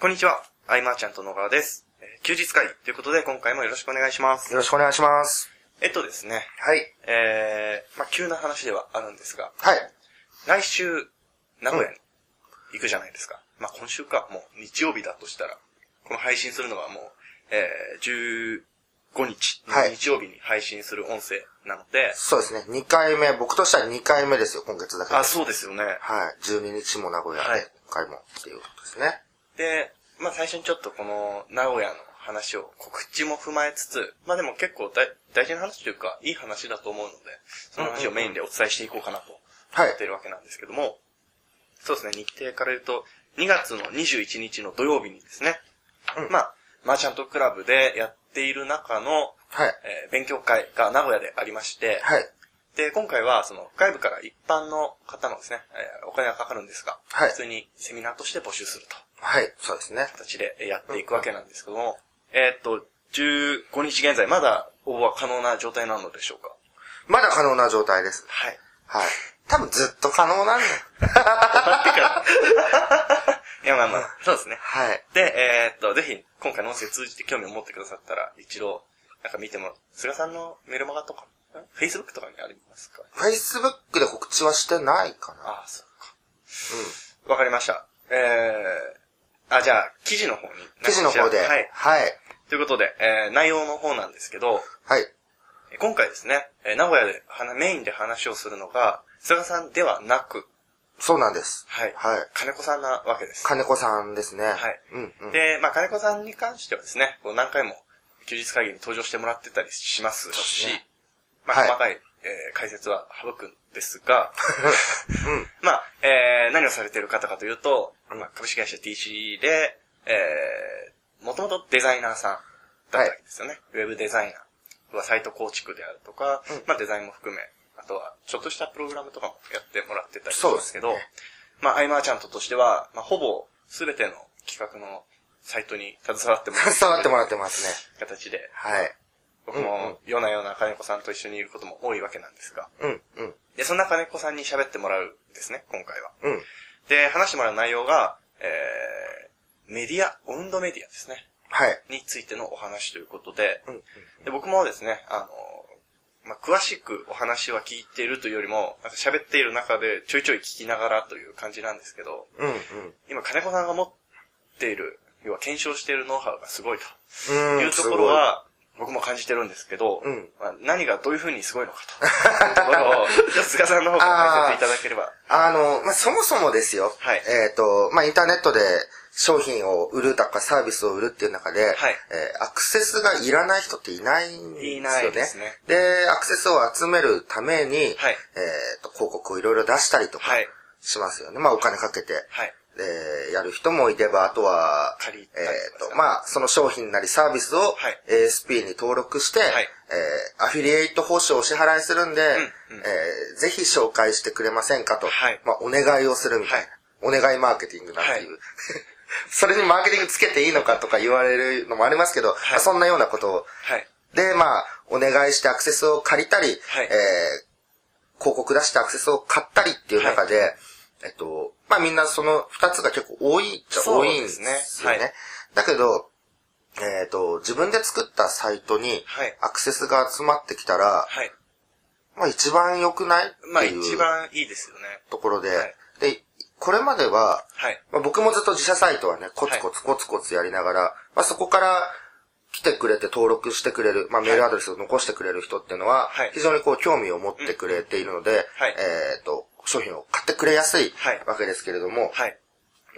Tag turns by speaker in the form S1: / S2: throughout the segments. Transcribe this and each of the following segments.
S1: こんにちは。アイマーちゃんと野川です。えー休日会ということで、今回もよろしくお願いします。
S2: よろしくお願いします。
S1: えっとですね、
S2: はい。
S1: えー、まあ、急な話ではあるんですが、
S2: はい。
S1: 来週、名古屋に行くじゃないですか。まあ、今週か、もう日曜日だとしたら、この配信するのはもう、えー、15日、
S2: はい
S1: 日曜日に配信する音声なので、
S2: そうですね。2回目、僕としては2回目ですよ、今月だけで。
S1: あ、そうですよね。
S2: はい。12日も名古屋で、
S1: はい
S2: 今回もっていうことですね。
S1: で、まあ最初にちょっとこの名古屋の話を告知も踏まえつつ、まあでも結構大大事な話というか、いい話だと思うので、その話をメインでお伝えしていこうかなと
S2: はい
S1: 思っているわけなんですけども、そうですね、日程から言うと、2月の21日の土曜日にですね、
S2: うん
S1: まあ、マーチャントクラブでやっている中の、
S2: はい。
S1: えー勉強会が名古屋でありまして、
S2: はい。
S1: で、今回は、その、外部から一般の方のですね、えーお金がかかるんですが、
S2: はい
S1: 普通にセミナーとして募集すると。
S2: はい。そうですね。
S1: 形でやっていくわけなんですけども、えーっと、15日現在、まだ応募は可能な状態なのでしょうか
S2: まだ可能な状態です。
S1: はい。
S2: はい。多分ずっと可能なんだよ。
S1: いや、まあまあ、そうですね。
S2: はい。
S1: で、えーっと、ぜひ、今回の音声通じて興味を持ってくださったら、一度、なんか見てもらう、菅さんのメルマガとか、ん Facebook とかにありますか
S2: Facebook で告知はしてないかな。
S1: ああ、そうか。わかりました。えー、あ、じゃあ、記事の方に。
S2: うん。記事の方で。
S1: は
S2: はいい。。はい。
S1: ということで、えー、内容の方なんですけど、
S2: はい。
S1: えー今回ですね、えー名古屋ではなメインで話をするのが、菅さんではなく、
S2: そうなんです。
S1: はい
S2: はい。
S1: 金子さんなわけです。
S2: 金子さんですね。
S1: はい
S2: うんうん。
S1: で、まあ、金子さんに関してはですね、こう何回も休日会議に登場してもらってたりしますし、
S2: そうですね
S1: まあ、
S2: はい
S1: 細かい、えー解説は省くんです が、
S2: うん。
S1: まあ、えー何をされている方かというと、まあ、株式会社 TC で、えー、もともとデザイナーさんだったわけですよね。ウェブデザイナー。あとはサイト構築であるとか、
S2: うん
S1: まあデザインも含め、あとはちょっとしたプログラムとかもやってもらってたりし
S2: そう
S1: ま
S2: ですす
S1: け
S2: ね
S1: ど、まあ、アイマーチャントとしては、まあ、ほぼ全ての企画のサイトに携わっても らって
S2: 伝わってもらってますね。
S1: 形で、
S2: はい。
S1: 僕
S2: うんう
S1: も夜な夜な金子さんと一緒にいることも多いわけなんですが、
S2: うんうん。
S1: で、そんな金子さんに喋ってもらうんですね、今回は。
S2: うん。
S1: で、話してもらう内容が、えー、メディア、オウンドメディアですね。
S2: はい。
S1: についてのお話ということで、
S2: うんうん。
S1: で僕もですね、あの、まあ、詳しくお話は聞いているというよりも、なんか喋っている中でちょいちょい聞きながらという感じなんですけど、
S2: うんうん。
S1: 今金子さんが持っている、要は検証しているノウハウがすごいと
S2: うん
S1: いうところ、は、僕も感じてるんですけど、
S2: うん
S1: まあ、何がどういうふうにすごいのかというとこ ろを、ちょっと菅さんの方から解説いただければ。
S2: あの、まあ、そもそもですよ。
S1: はい
S2: えっ、と、まあ、インターネットで商品を売るとかサービスを売るっていう中で、はいえーアクセスがいらない人っていないんですよね。
S1: いないですね
S2: でアクセスを集めるために、えっ、
S1: はい
S2: と、広告をいろいろ出したりとか
S1: はい
S2: しますよね。まあ、お金かけて。
S1: はい。
S2: えーやる人もいれば、あとは、
S1: 借りた
S2: え
S1: りとかです
S2: っ、
S1: か
S2: と、まあ、その商品なりサービスを
S1: はい
S2: ASP に登録して、
S1: はい
S2: えーアフィリエイト報酬をお支払いするんで、
S1: うんうん
S2: えーぜひ紹介してくれませんかと、
S1: はい
S2: まあ、お願いをするみたいな、お願いマーケティングなんていう。
S1: は
S2: それにマーケティングつけていいのかとか言われるのもありますけど、まあそんなようなことを。
S1: はい。
S2: で、まあ、お願いしてアクセスを借りたり、
S1: はい
S2: えー広告出してアクセスを買ったりっていう中で、えっと、まあみんなその二つが結構多いっちゃ多いんですよね。
S1: そうですねはい
S2: だけど、えっ、と、自分で作ったサイトに
S1: はい
S2: アクセスが集まってきたら、
S1: はい。
S2: まあ一番良くないって
S1: まあ
S2: いう
S1: 一番いいですよね。
S2: ところで、
S1: はい
S2: で、これまでは、
S1: はい。
S2: まあ、僕もずっと自社サイトはね、コツコツコツコツやりながら、まあ、そこから来てくれて登録してくれる、まあ、メールアドレスを残してくれる人っていうのは
S1: はい、
S2: 非常にこう興味を持ってくれているので、
S1: はい
S2: えっ、と、商品を買ってくれやすい
S1: はい
S2: わけですけれども、
S1: はい。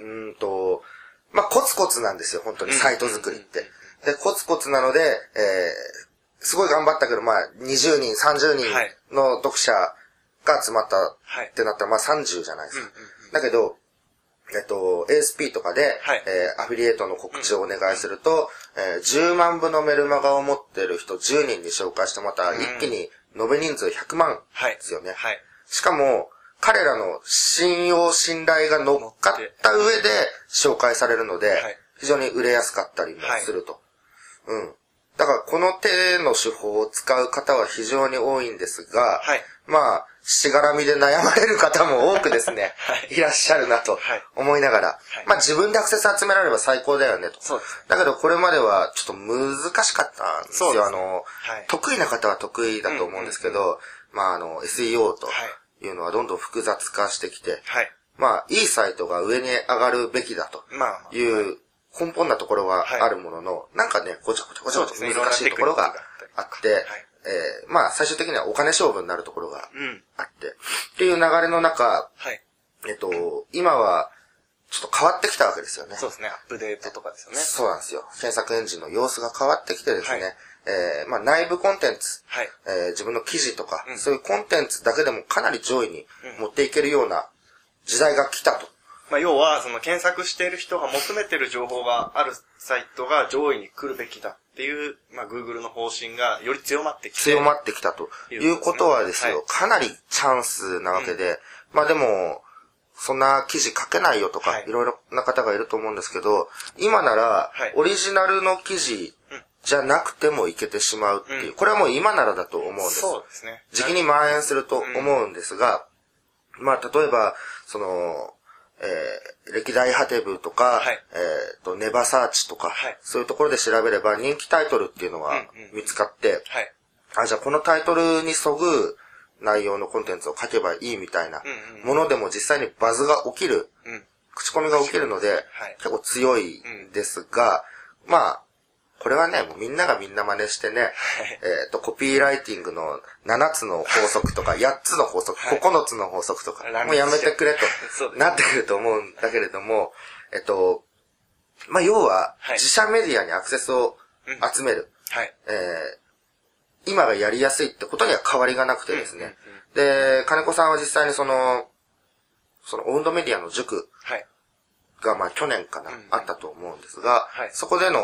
S2: うーんと、まあ、コツコツなんですよ、本当に、
S1: うん
S2: サイト作りって。で、コツコツなので、えー、すごい頑張ったけど、まあ、20人、30
S1: はい
S2: 人の読者が集まった
S1: はい
S2: ってなったら、まあ、30じゃないですか。
S1: うん
S2: だけど、えっと、ASP とかで、
S1: はい
S2: えーアフィリエイトの告知をお願いすると、えー10万部のメルマガを持ってる人10人に紹介してもらったら、
S1: うん
S2: 一気に延べ人数100万
S1: はい。
S2: ですよね。
S1: はい。
S2: しかも、彼らの信用、信頼が乗っかった上で紹介されるので、
S1: はい
S2: 非常に売れやすかったりもすると。うん。だから、この手の手法を使う方は非常に多いんですが、
S1: はい
S2: まあ、しがらみで悩まれる方も多くですね、
S1: はい
S2: い、らっしゃるなと
S1: はい
S2: 思いながら、
S1: い
S2: まあ自分でアクセス集められれば最高だよねと。
S1: そうですね。
S2: だけどこれまではちょっと難しかったんです
S1: そ
S2: よ。
S1: うですね
S2: あの、
S1: はい
S2: 得意な方は得意だと思うんですけど、まああの、SEO というのはどんどん複雑化してきて、
S1: はい。
S2: まあいいサイトが上に上がるべきだと
S1: まあまあ。
S2: いう根本なところは
S1: はい
S2: あるものの、なんかね、ごちゃごちゃごちゃごち
S1: そうですね
S2: ゃ難しいところがあって、
S1: いろんなテクニックがあったりとかはい
S2: えーまあ最終的にはお金勝負になるところが
S1: うん。
S2: あって、っていう流れの中、
S1: はい。
S2: えっと、今はちょっと変わってきたわけですよね。
S1: そうですね。アップデートとかですよね。
S2: そうなんですよ。検索エンジンの様子が変わってきてですね、
S1: は
S2: えーまあ内部コンテンツ、
S1: はい。
S2: えー自分の記事とか、
S1: うん
S2: そういうコンテンツだけでもかなり上位に持っていけるような時代が来たと。
S1: まあ、要は、その検索している人が求めてる情報があるサイトが上位に来るべきだっていう、まあ、Google の方針がより強まってきて。
S2: 強まってきたということはですよ、
S1: はい
S2: かなりチャンスなわけで、まあでも、そんな記事書けないよとか、
S1: はい
S2: い、ろいろな方がいると思うんですけど、今なら
S1: はい、
S2: オリジナルの記事
S1: うん
S2: じゃなくてもいけてしまうっていう、
S1: うん
S2: これはもう今ならだと思うんです。
S1: そうですね。
S2: 時期に蔓延すると思うんですが、まあ、例えば、その、えー、歴代ハテブとか、
S1: はい
S2: えっ、と、ネバサーチとか、
S1: はい
S2: そういうところで調べれば人気タイトルっていうのは
S1: うんうん
S2: 見つかって、
S1: はい。
S2: あ、じゃあこのタイトルにそぐ内容のコンテンツを書けばいいみたいな
S1: うんうんうん
S2: ものでも実際にバズが起きる、
S1: うん。
S2: 口コミが起きるので、結構強い
S1: うん
S2: ですが、まあ、これはね、もうみんながみんな真似してね、えっ、と、コピーライティングの7つの法則とか、8つの法則、
S1: はい
S2: 9つの法則とか
S1: 乱立し、て
S2: もうやめてくれ
S1: そうです
S2: と、
S1: ね
S2: なってくると思うんだけれども、えっと、まあ、要は、
S1: はい
S2: 自社メディアにアクセスを集める。
S1: はい。
S2: えー今がやりやすいってことには変わりがなくてですね。
S1: うんうんうん
S2: で、金子さんは実際にその、そのオウンドメディアの塾
S1: はい。
S2: がまあ去年かな、
S1: うんうん
S2: あったと思うんですが、
S1: はい
S2: そこでの、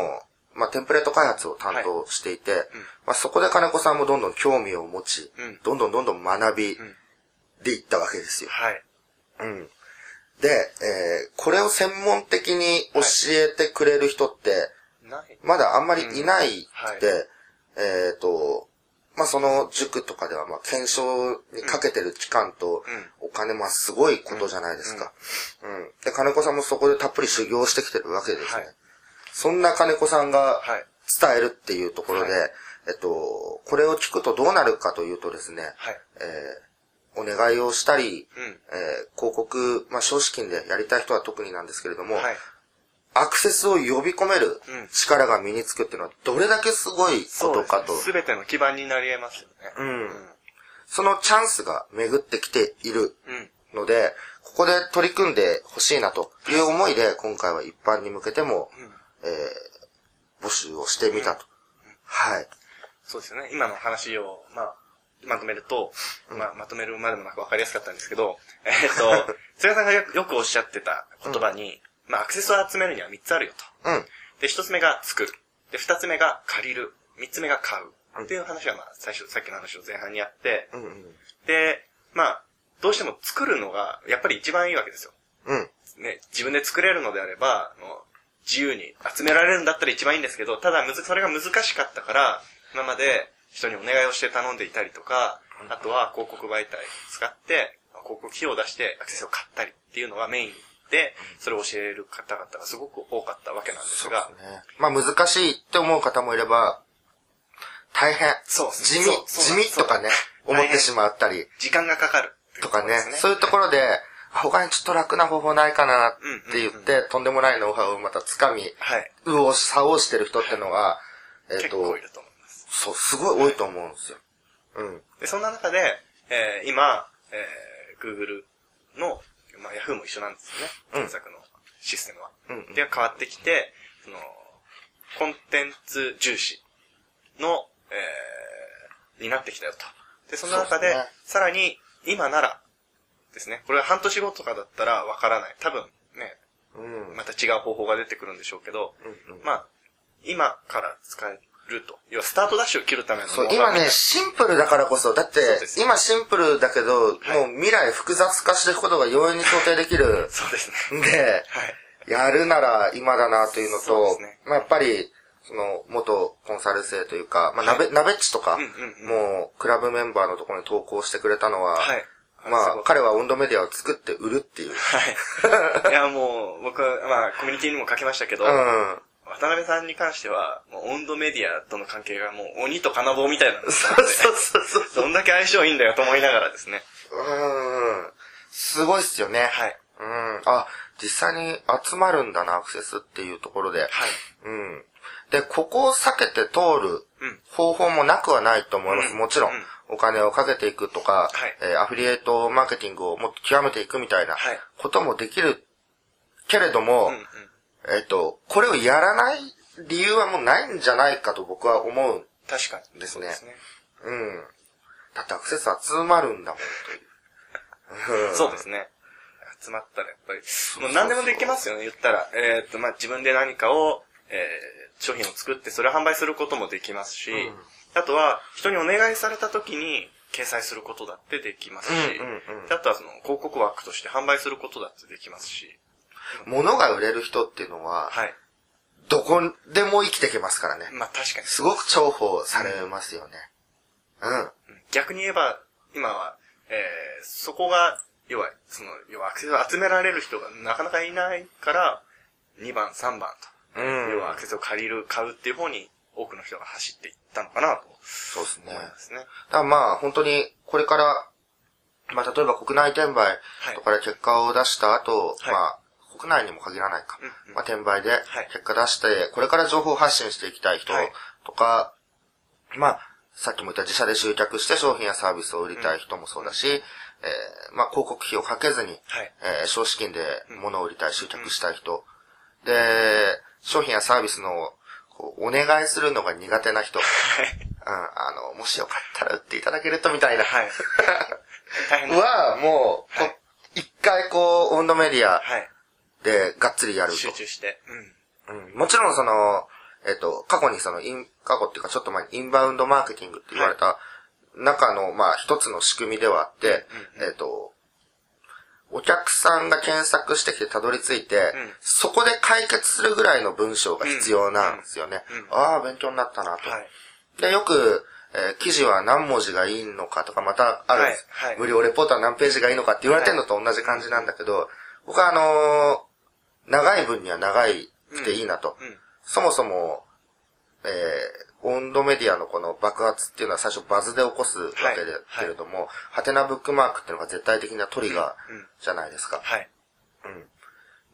S2: まあテンプレート開発を担当していて、まあそこで金子さんもどんどん興味を持ち、
S1: うん
S2: どんどんどんどん学び
S1: ん
S2: でいったわけですよ。
S1: はい。
S2: うん。で、えーこれを専門的に教えてくれる人って、
S1: ない。
S2: まだあんまりいないで、
S1: う
S2: えっ、と、まあ、その塾とかでは、まあ、検証にかけてる期間と、お金、まあ、すごいことじゃないですか。うん。で、金子さんもそこでたっぷり修行してきてるわけです
S1: は
S2: ね。
S1: い
S2: そんな金子さんが
S1: はい。
S2: 伝えるっていうところで、
S1: は
S2: えっと、これを聞くとどうなるかというとですね、
S1: はい。
S2: えーお願いをしたり、
S1: うん
S2: えー広告、まあ、少子金でやりたい人は特になんですけれども、
S1: はい。
S2: アクセスを呼び込める
S1: うん
S2: 力が身につくっていうのはどれだけすごいことかと。
S1: すべての基盤になり得ますよね。
S2: うん。そのチャンスが巡ってきている
S1: うん。
S2: ので、ここで取り組んでほしいなという思いで、今回は一般に向けても、えー募集をしてみたと。はい。
S1: そうですよね。今の話を、まあ、まとめると、まあ、まとめるまでもなく分かりやすかったんですけど、 えーっと、菅さんがよよくおっしゃってた言葉に、まあ、アクセスを集めるには3つあるよと。
S2: うん。
S1: で、1つ目が作る。で、2つ目が借りる。3つ目が買う。っていう話が、まあ、最初、さっきの話を前半にあって、
S2: うんうん。
S1: で、まあ、どうしても作るのが、やっぱり一番いいわけですよ。
S2: うん。
S1: ね、自分で作れるのであれば、あの自由に集められるんだったら一番いいんですけど、ただむず、それが難しかったから、今まで人にお願いをして頼んでいたりとか、あとは広告媒体使って、広告費用を出してアクセスを買ったりっていうのがメインで、それを教える方々がすごく多かったわけなんです
S2: そう
S1: が、
S2: ですね。まあ難しいって思う方もいれば、大変。
S1: そう
S2: 地味
S1: そう、そうなん
S2: 地味とかね、
S1: そう
S2: 思ってしまったり。
S1: 時間がかかるっていう
S2: と
S1: こ
S2: かね
S1: です、
S2: そういうところで、あ他にちょっと楽な方法ないかなって言って、とんでもないノウハウをまた掴み、
S1: はい。
S2: 右往左往してる人ってのが、えっ
S1: 結
S2: と
S1: 構い、ると思います。
S2: そう、すごい多いと思うんですよ。うん。
S1: で、そんな中で、えー今、えー Google の、まあ、Yahoo も一緒なんですよね。検索のシステムは。
S2: うんうん
S1: で、変わってきて、その、コンテンツ重視の、えーになってきたよと。で、その中で、
S2: そうですね
S1: さらに、今なら、ですね。これは半年後とかだったらわからない。多分、ね、
S2: うん。
S1: また違う方法が出てくるんでしょうけど、
S2: うんうん
S1: まあ、今から使えると。要は、スタートダッシュを切るための。
S2: そう、今ね、、シンプルだからこそ、だって
S1: そうで、す
S2: 今シンプルだけど、
S1: はい
S2: もう未来複雑化していくことが容易に想定できる
S1: そうですね。
S2: んで、
S1: はい。
S2: やるなら今だなというの
S1: そうで
S2: と
S1: すね、
S2: まあやっぱり、その、元コンサル生というか、まあ、鍋、鍋っちとか
S1: うんうんう、ん
S2: もう、クラブメンバーのところに投稿してくれたのは、
S1: はい。
S2: まあ
S1: すご、い
S2: 彼は温度メディアを作って売るっていう。
S1: はい。いや、もう、僕、まあ、コミュニティにも書きましたけど、
S2: うん。
S1: 渡辺さんに関しては、もう、温度メディアとの関係がもう、鬼と金棒みたいなんです
S2: そうそうそうそう。
S1: どんだけ相性いいんだよと思いながらですね。
S2: うん。すごいっすよね。
S1: はい。
S2: うん。あ、実際に集まるんだな、アクセスっていうところで。
S1: はい。
S2: うん。で、ここを避けて通る
S1: うん
S2: 方法もなくはないと思います。
S1: うん
S2: もちろん
S1: うん、
S2: お金をかけていくとか、
S1: はい
S2: えーアフィリエイトマーケティングをもっと極めていくみたいな
S1: はい
S2: こともできるけれども、
S1: うんうん。
S2: えっ、と、これをやらない理由はもうないんじゃないかと僕は思う。
S1: 確かに。
S2: ですね
S1: そう
S2: うん。だってアクセス集まるんだもんという。
S1: そう
S2: で
S1: ですね。集まったらやっぱり、もう何でもできますよね、言ったら。えーっと、まあ、自分で何かを、えー商品を作ってそれを販売することもできますし、
S2: うん
S1: あとは、人にお願いされた時に掲載することだってできますし、
S2: うんうんうん
S1: あとはその広告枠として販売することだってできますし、
S2: 物が売れる人っていうのは、
S1: はい。
S2: どこでも生きてきますからね。
S1: まあ、確かに。
S2: すごく重宝されますよね。うん。
S1: 逆に言えば、今は、えーそこが、要は、その、要はアクセスを集められる人がなかなかいないから、2番、3番と、
S2: うん
S1: 要はアクセスを借りる、買うっていう方に多くの人が走っていったのかなと
S2: そうですね。
S1: 思い
S2: だ
S1: ま
S2: か
S1: すね。
S2: らまあ、本当に、これから、まあ、例えば国内転売とかで結果を出した後、
S1: はい
S2: まあ、国内にも限らないか。
S1: うん
S2: まあ、転売で
S1: い
S2: 結果出して、これから情報発信していきたい人
S1: はい
S2: とか、まあ、さっきも言った自社で集客して商品やサービスを売りたい人もそうだし、えーまあ、広告費をかけずに、
S1: はい。
S2: えー少資金で物を売りたい、集客したい人。で、商品やサービスの、こう、お願いするのが苦手な人。うん、あの、もしよかったら売っていただけるとみたいな。
S1: はい。大変です。
S2: は、もう、こ
S1: はい
S2: 一回こう、温度メディア
S1: はい。
S2: でがっつりやる
S1: 集中して。うん。
S2: と。うん、もちろんその、えっ、と、過去にその、イン、過去っていうかちょっと前にインバウンドマーケティングって言われた中の、まあ、一つの仕組みではあって、えっ、と、お客さんが検索してきてたどり着いて、
S1: ん
S2: そこで解決するぐらいの文章が必要なんですよね。
S1: うんうん
S2: ああ、勉強になったなと。
S1: はい。
S2: で、よく、えー記事は何文字がいいのかとか、またあるんです、
S1: はいはい
S2: 無料レポートは何ページがいいのかって言われてるのと同じ感じなんだけど、僕はあのー長い分には長いくていいなと。
S1: うん。
S2: そもそも、えー、温度メディアのこの爆発っていうのは最初バズで起こすわけで
S1: はい
S2: けれども、ハテナブックマークっていうのが絶対的なトリガ
S1: うんうん
S2: ーじゃないですか。
S1: はい。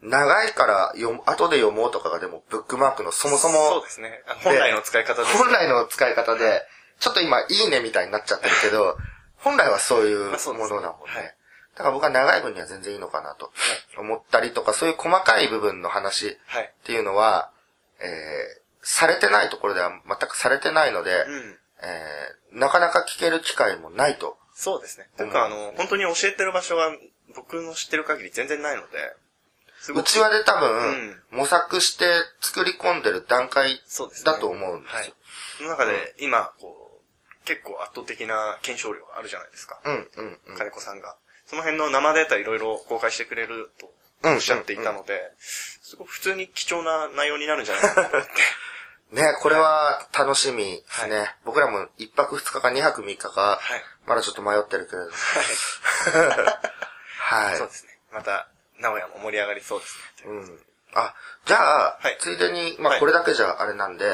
S2: 長いから読む、後で読もうとかがでもブックマークのそも
S1: そ
S2: そ
S1: う
S2: も
S1: ですね。あの本来の使い方ですね。
S2: 本来の使い方で、ちょっと今いいねみたいになっちゃってるけ ど、本来はそういうもの
S1: まあそうですね
S2: だもん
S1: は
S2: ね
S1: い。
S2: だから僕は長い分には全然いいのかなと思ったりとか、そういう細かい部分の話
S1: はい
S2: っ。ていうのは、えーされてないところでは全くされてないので、
S1: うん。
S2: えーなかなか聞ける機会もないと。
S1: そうですね。なんかあの、本当に教えてる場所が僕の知ってる限り全然ないので、す
S2: うちはで多分、
S1: うん
S2: 模索して作り込んでる段階
S1: そうですね
S2: だと思うんです
S1: は
S2: よ
S1: い。。その中で、今、こう、結構圧倒的な検証量があるじゃないですか。
S2: うん、うん、うん。
S1: 金子さんが。その辺の生データいろいろ公開してくれるとおっしゃっていたので、すごく普通に貴重な内容になるんじゃないかな と思って。
S2: ね、これは楽しみですね。
S1: は
S2: 僕らも1泊2日か2泊3日か
S1: はい、
S2: まだちょっと迷ってるけれども。はい。
S1: そうですね。また、名古屋も盛り上がりそうですね。
S2: うん。あ、じゃあ、
S1: はい
S2: ついでに、ま
S1: は
S2: あ
S1: い
S2: これだけじゃあれなんで、
S1: い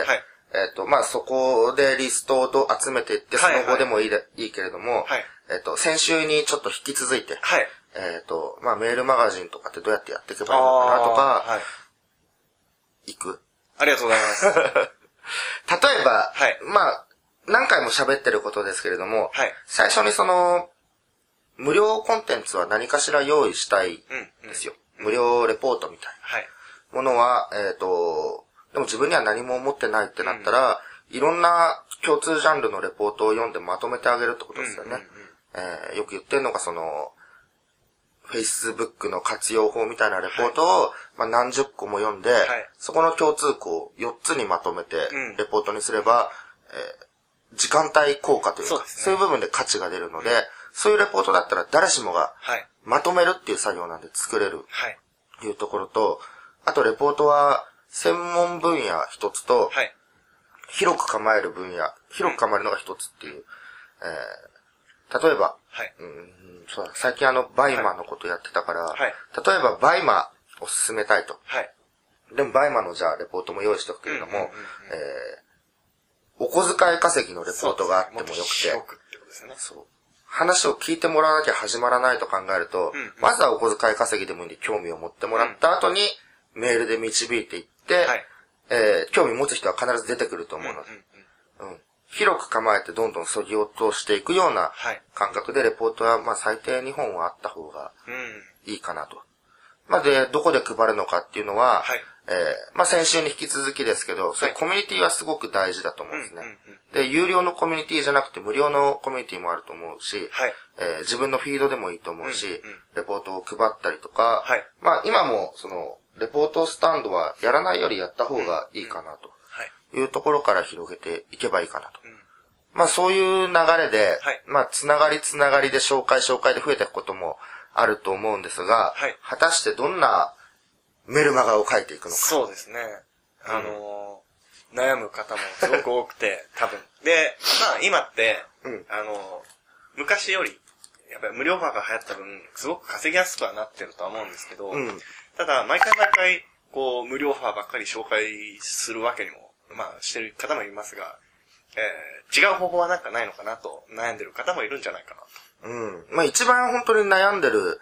S2: えっ、と、まあそこでリストを集めていって、そ
S1: はい
S2: の後でもいいで、い、いけれども、
S1: はい
S2: えっ、と、先週にちょっと引き続いて、
S1: はい。
S2: えっ、と、まあメールマガジンとかってどうやってやっていけばいいのかなと
S1: あー
S2: か、
S1: はい。
S2: 行く。
S1: ありがとうござい ます。
S2: 例えば、
S1: はい
S2: まあ、何回も喋ってることですけれども、
S1: はい
S2: 最初にその、無料コンテンツは何かしら用意したいん
S1: うん
S2: ですよ。無料レポートみたい
S1: はい。
S2: なものは、えっ、と、でも自分には何も思ってないってなったら、いろんな共通ジャンルのレポートを読んでまとめてあげるってことですよね。
S1: うんうんうん
S2: えーよく言ってるのがその、Facebook の活用法みたいなレポートを、まあ、何十個も読んで、そこの共通項を4つにまとめて
S1: うん、
S2: レポートにすれば、えー時間帯効果という
S1: そ
S2: かそうう
S1: ですね
S2: いう部分で価値が出るので、そういうレポートだったら誰しもが
S1: はい。
S2: まとめるっていう作業なんで作れる
S1: はい。
S2: というところと、あとレポートは専門分野一つと、
S1: はい。
S2: 広く構える分野、広く構えるのが一つっていう。えー例えば、
S1: はい。
S2: うん、そうだ、最近あの、バイマーのことやってたから、
S1: はい
S2: 例えばバイマーを進めたいと。
S1: はい。
S2: でもバイマーのじゃあレポートも用意しておくけれども、
S1: うんうんうんうん
S2: えーお小遣い稼ぎのレポートがあってもよくて、
S1: 広くってことですよね。
S2: そう。話を聞いてもらわなきゃ始まらないと考えると、
S1: うんうん
S2: まずはお小遣い稼ぎでもいいんで興味を持ってもらった後に、メールで導いていって、
S1: はい
S2: えー興味持つ人は必ず出てくると思うので、
S1: うんうん
S2: うん広く構えてどんどん削ぎ落としていくような
S1: はい
S2: 感覚でレポートは、まあ最低2本はあった方が
S1: うん。うん。
S2: いいかなと。まあで、どこで配るのかっていうのは、
S1: はい
S2: えーまあ先週に引き続きですけど、それ
S1: はい
S2: コミュニティはすごく大事だと思うんですね。
S1: うんうん
S2: で、有料のコミュニティじゃなくて無料のコミュニティもあると思うし、
S1: はい。
S2: えー自分のフィードでもいいと思うし、
S1: うんうん
S2: レポートを配ったりとか、
S1: はい
S2: まあ今もその、レポートスタンドはやらないよりやった方がいいかなと
S1: はい。
S2: いうところから広げていけばいいかなと。
S1: ん
S2: まあそういう流れで、
S1: はい
S2: まあつながりつながりで紹介紹介で増えていくこともあると思うんですが、
S1: はい
S2: 果たしてどんなメルマガを書いていくのか。
S1: そうですね。あのー悩む方もすごく多く て、多分。で、まあ今って、
S2: うん
S1: あのー昔より、やっぱり無料バーが流行った分、すごく稼ぎやすくはなってるとは思うんですけど、
S2: うん。
S1: ただ、毎回毎回、こう、無料ファーばっかり紹介するわけにも、まあ、してる方もいますが、えー違う方法はなんかないのかなと、悩んでる方もいるんじゃないかなと。
S2: うん。まあ一番本当に悩んでる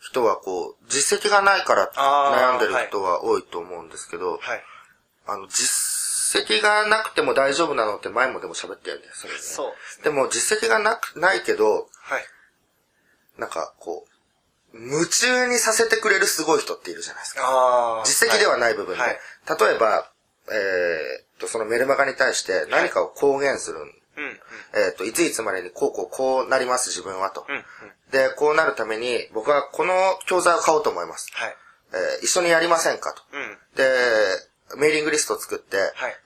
S2: 人はこう、実績がないから
S1: あー
S2: 悩んでる人は多いと思うんですけど、
S1: はい。
S2: あの、実績がなくても大丈夫なのって前もでも喋ったよね、それね。
S1: そう。
S2: でも実績がなく、ないけど、
S1: はい。
S2: なんかこう、夢中にさせてくれるすごい人っているじゃないですか。
S1: あ
S2: 実績ではない部分で。
S1: はい
S2: 例えば、えーっと、そのメルマガに対して何かを公言する。
S1: うん。うん。
S2: えーっと、いついつまでにこうこうこうなります、自分はと。
S1: うん。うん。
S2: で、こうなるために、僕はこの教材を買おうと思います。
S1: はい。
S2: えー一緒にやりませんかと。
S1: うん。
S2: で、メーリングリストを作って、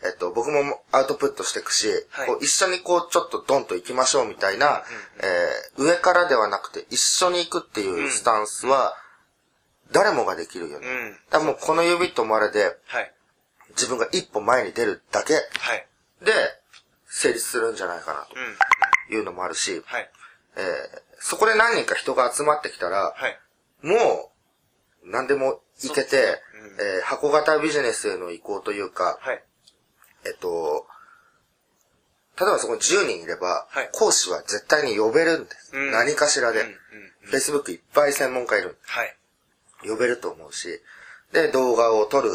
S2: えっと、僕もアウトプットしていくし、
S1: はい
S2: こう一緒にこう、ちょっとドンと行きましょうみたいな、えー上からではなくて一緒に行くっていうスタンスは、誰もができるよね。
S1: うん
S2: だからもうこの指とまれで、
S1: はい。
S2: 自分が一歩前に出るだけ
S1: はい。
S2: で、成立するんじゃないかな
S1: うん。
S2: というのもあるし、
S1: はい。
S2: えーそこで何人か人が集まってきたら、
S1: はい。
S2: もう、何でもい
S1: そ
S2: けて、
S1: うです
S2: えー箱型ビジネスへの移行というか、
S1: はい。
S2: えっと、例えばそこに10人いれば、
S1: はい
S2: 講師は絶対に呼べるんです。
S1: うん
S2: 何かしらで、
S1: うんうん
S2: Facebook いっぱい専門家いる。
S1: はい。
S2: 呼べると思うし、で、動画を撮る、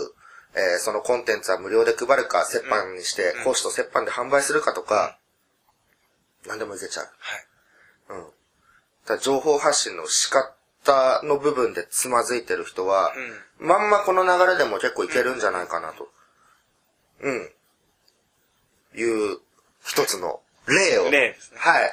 S2: えーそのコンテンツは無料で配るか、折半にして、講師と折半で販売するかとか、何でもいけちゃう。
S1: はい。
S2: うん。ただ情報発信の仕方の部分でつまずいてる人は、まんまこの流れでも結構いけるんじゃないかなと。うん。いう、一つの例を。
S1: 例ですね
S2: はい。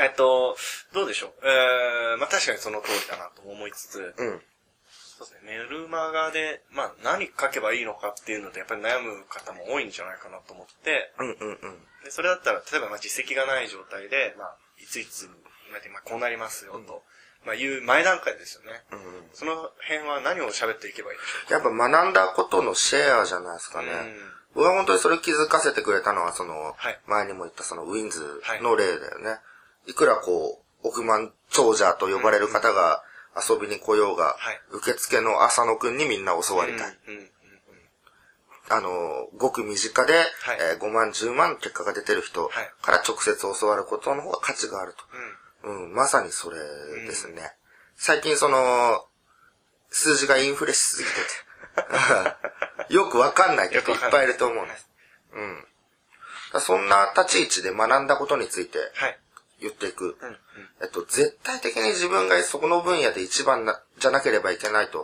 S1: えっと、どうでしょう。えー、まあ確かにその通りだなと思いつつ、
S2: うん。
S1: そうですね、メルマガで、まあ何書けばいいのかっていうので、やっぱり悩む方も多いんじゃないかなと思って、
S2: うんうんうん。
S1: でそれだったら、例えばまあ実績がない状態で、まあ、いついつまで、まあこうなりますよと、まあいう前段階ですよね。その辺は何を喋っていけばいいでし
S2: やっぱ学んだことのシェアじゃないですかね。
S1: うん
S2: 僕は本当にそれ気づかせてくれたのは、その、
S1: はい
S2: 前にも言ったそのウィンズの例だよね。い、くらこう、億万長者と呼ばれる方が遊びに来ようが、
S1: はい
S2: 受付の浅野くんにみんな教わ
S1: ょ
S2: り
S1: う
S2: たい。
S1: か。うん。うん。
S2: あの、ごく身近で、えー5万、10万結果が出てる人
S1: はい
S2: から直接教わることの方が価値があると。うん、まさにそれですね。最近その、数字がインフレしすぎて て、よくわかんない人いっぱいいると思うんです。うん。だからそんな立ち位置で学んだことについて
S1: はい。
S2: 言っていく。
S1: うん。うん。
S2: えっと、絶対的に自分がそこの分野で一番な、じゃなければいけないと、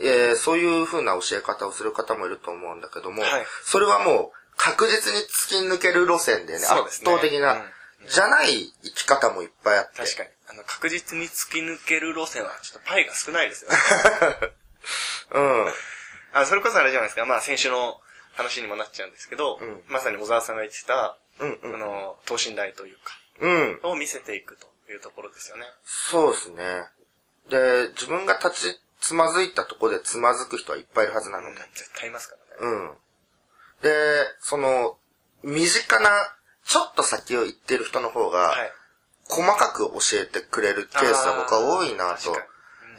S1: う
S2: えーそういう風な教え方をする方もいると思うんだけども、
S1: はい
S2: それはもう確実に突き抜ける路線でね、
S1: そうです
S2: 圧
S1: ね
S2: 倒的な、じゃない生き方もいっぱいあって、
S1: 確かに。あの、確実に突き抜ける路線は、ちょっとパイが少ないですよね。
S2: うん。
S1: あ、それこそあれじゃないですか。まあ、先週の話にもなっちゃうんですけど、
S2: ん
S1: まさに小沢さんが言ってた、
S2: うん
S1: あの、等身大という
S2: うん。うん。
S1: か、を見せていくというところですよね。
S2: そうですね。で、自分が立ち、つまずいたとこでつまずく人はいっぱいいるはずな
S1: う
S2: の
S1: ん
S2: で。
S1: 絶対いますからね。
S2: うん。で、その、身近な、ちょっと先を行ってる人の方が、
S1: はい。
S2: 細かく教えてくれるケースは僕は多いなと。
S1: あー確か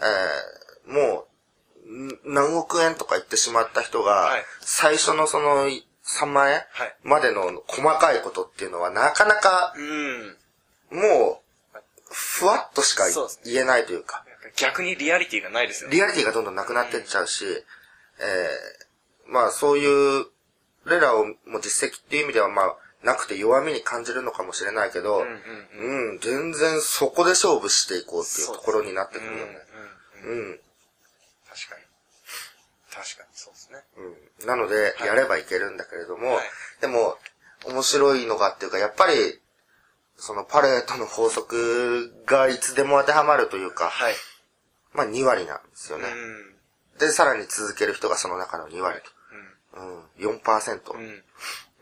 S2: えーもう、ん何億円とか言ってしまった人が、
S1: はい
S2: 最初のそのい3万円
S1: はい
S2: までの細かいことっていうのはなかなか、
S1: にうん。
S2: もう、ふわっとしか
S1: そうですね
S2: 言えないというか、
S1: なんか逆にリアリティがないですよね。
S2: リアリティがどんどんなくなってっちゃうし、えーまあそういう、俺らをもう実績っていう意味ではまあ、なくて弱みに感じるのかもしれないけ
S1: う
S2: ど、
S1: んうんうん。
S2: うん、全然そこで勝負していこうっていうところになってくるよね。
S1: うんうんうん。
S2: うん。
S1: 確かに。確かに、そうですね。
S2: うんなので、
S1: い
S2: やればいけるんだけれども、
S1: はい
S2: でも、面白いのがっていうか、やっぱり、そのパレートの法則がいつでも当てはまるというか、
S1: はい。
S2: まあ2割なんですよ
S1: う
S2: ね。
S1: ん。
S2: で、さらに続ける人がその中の2割と。うん、4%。
S1: う。
S2: うん
S1: う
S2: ん。
S1: ん。
S2: うん。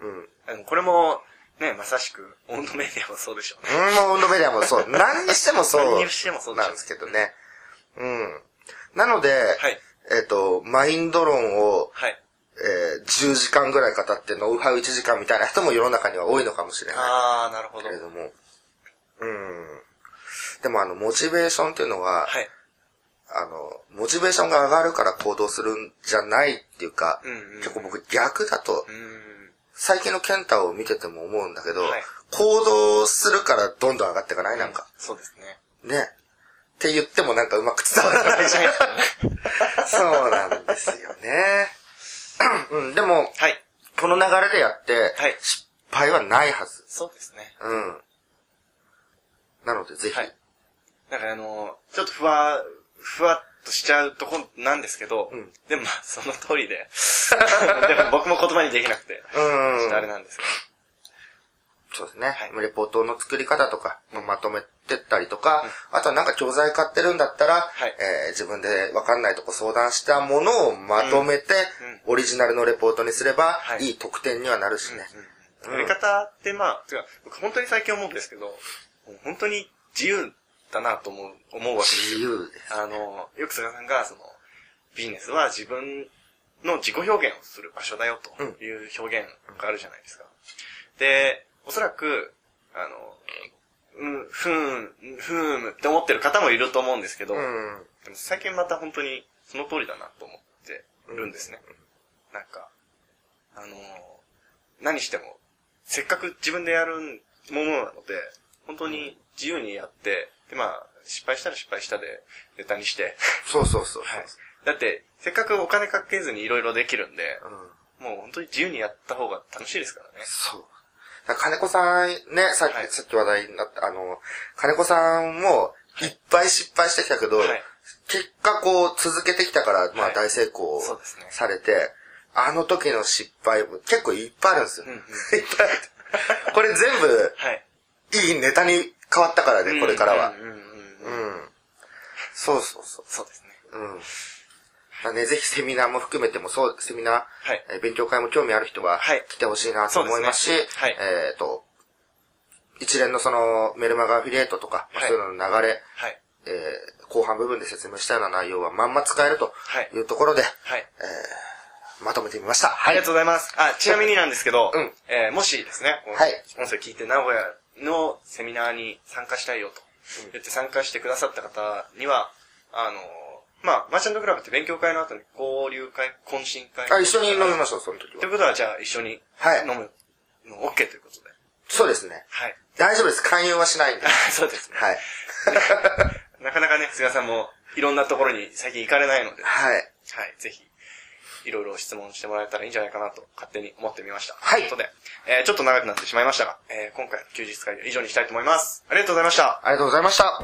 S2: うん、
S1: でもこれも、ね、まさしく、オンドメディアもそうでしょうね。
S2: もう運動メディアも そう。何にしてもそう。
S1: 何にしてもそうでしょ
S2: なんですけどね。うん。なので、
S1: はい。
S2: えっ、と、マインド論を、
S1: はい。
S2: えー10時間ぐらい語って、ノウハウ1時間みたいな人も世の中には多いのかもしれない。
S1: あー、なるほど。
S2: け
S1: は
S2: れ
S1: い。
S2: ども。うん。でもあの、モチベーションっていうのは、あの、モチベーションが上がるから行動するんじゃないっていうか、
S1: うんうん
S2: 結構僕逆だと、
S1: うん。
S2: 最近のケンタを見てても思うんだけど、
S1: はい
S2: 行動するからどんどん上がっていかないなんか、
S1: そうです ね。
S2: ね。って言ってもなんかうまく伝わらないじゃ ん。そうなんですよね。 うん、でも、
S1: はい。
S2: この流れでやって、
S1: はい
S2: 失敗はないはず。
S1: そうですね。
S2: うん。なので、ぜひ。
S1: はい。なんかあの、ちょっとふわ、ふわっとしちゃうとこなんですけど、
S2: うん
S1: でもまあ、その通り で。でも僕も言葉にできなくて、
S2: うん。
S1: ちょっとあれなんですけ
S2: そうですね。
S1: はい
S2: レポートの作り方とか、まとめてったりとか、あとはなんか教材買ってるんだったら、
S1: はい
S2: えー自分でわかんないとこ相談したものをまとめて、オリジナルのレポートにすれば、
S1: はい
S2: い、い得点にはなるしね。
S1: ど。やり方ってまあ、てか僕本当に最近思うんですけど、もう本当に自由だなと思う、思うわけですよ。
S2: 自由です。
S1: あの、よく菅さんが、その、ビジネスは自分の自己表現をする場所だよという表現があるじゃないですか。で、おそらく、あの、うん、ふーん、ふーむって思ってる方もいると思うんですけど、
S2: うん。
S1: でも最近また本当にその通りだなと思ってるんですね。なんか、あのー何しても、せっかく自分でやるものなので、本当に自由にやって、で、まあ、失敗したら失敗したで、ネタにして。
S2: そうそうそう。
S1: はい。だって、せっかくお金かけずにいろいろできるんで、
S2: うん。
S1: もう本当に自由にやった方が楽しいですからね。
S2: そう。だから金子さん、ね、さっき、
S1: はい
S2: さっき話題になった、あの、金子さんも、いっぱい失敗してきたけど、
S1: はい
S2: 結果こう続けてきたから、ま
S1: は
S2: あ
S1: い
S2: 大成功
S1: そうですね
S2: されて、あの時の失敗、結構いっぱいあるんですよ。
S1: うんうん
S2: いっぱいある。これ全部、
S1: はい。
S2: いいネタに変わったからね、これからは
S1: う。んうんうん
S2: う
S1: うん。
S2: ん。そうそうそ
S1: そうですね。
S2: う。うん。だからね、ぜひセミナーも含めても、そう、セミナー、
S1: はい。
S2: えー勉強会も興味ある人は
S1: はい
S2: 来てほしいなと思いますし、
S1: そうですねはい
S2: えっ、と、一連のそのメルマガアフィリエイトとか、まあ
S1: はい
S2: そういうのの流れ、
S1: はい。
S2: えー後半部分で説明したような内容はまんま使えると
S1: はい
S2: いうところで、
S1: はい。
S2: まとめてみました。
S1: あ
S2: は
S1: りがとうございます。あ、ちなみになんですけど、
S2: うん
S1: えーもしですね、この
S2: はい
S1: 音声聞いて名古屋のセミナーに参加したいよと言って参加してくださった方には、あのーまあ、マーチャントクラブって勉強会の後に交流会、懇親会。
S2: あ、一緒に飲みましょう、その時
S1: という
S2: は。
S1: ことは、じゃあ一緒に
S2: はい
S1: 飲むの OK ということで。
S2: そうですね。
S1: はい。
S2: 大丈夫です。勧誘はしないんで。
S1: そうですね。
S2: はい。
S1: なかなかね、菅さんもいろんなところに最近行かれないので、はい、
S2: はい。
S1: ぜひ。いろいろ質問してもらえたらいいんじゃないかなと勝手に思ってみました。
S2: はい
S1: ということで、えーちょっと長くなってしまいましたが、えー今回の休日会議は以上にしたいと思います。ありがとうございました。
S2: ありがとうございました。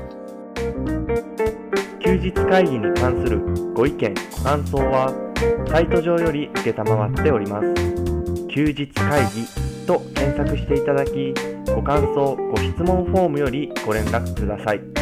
S3: 休日会議に関するご意見ご感想はサイト上より受けたまわっております休日会議と検索していただきご感想ご質問フォームよりご連絡ください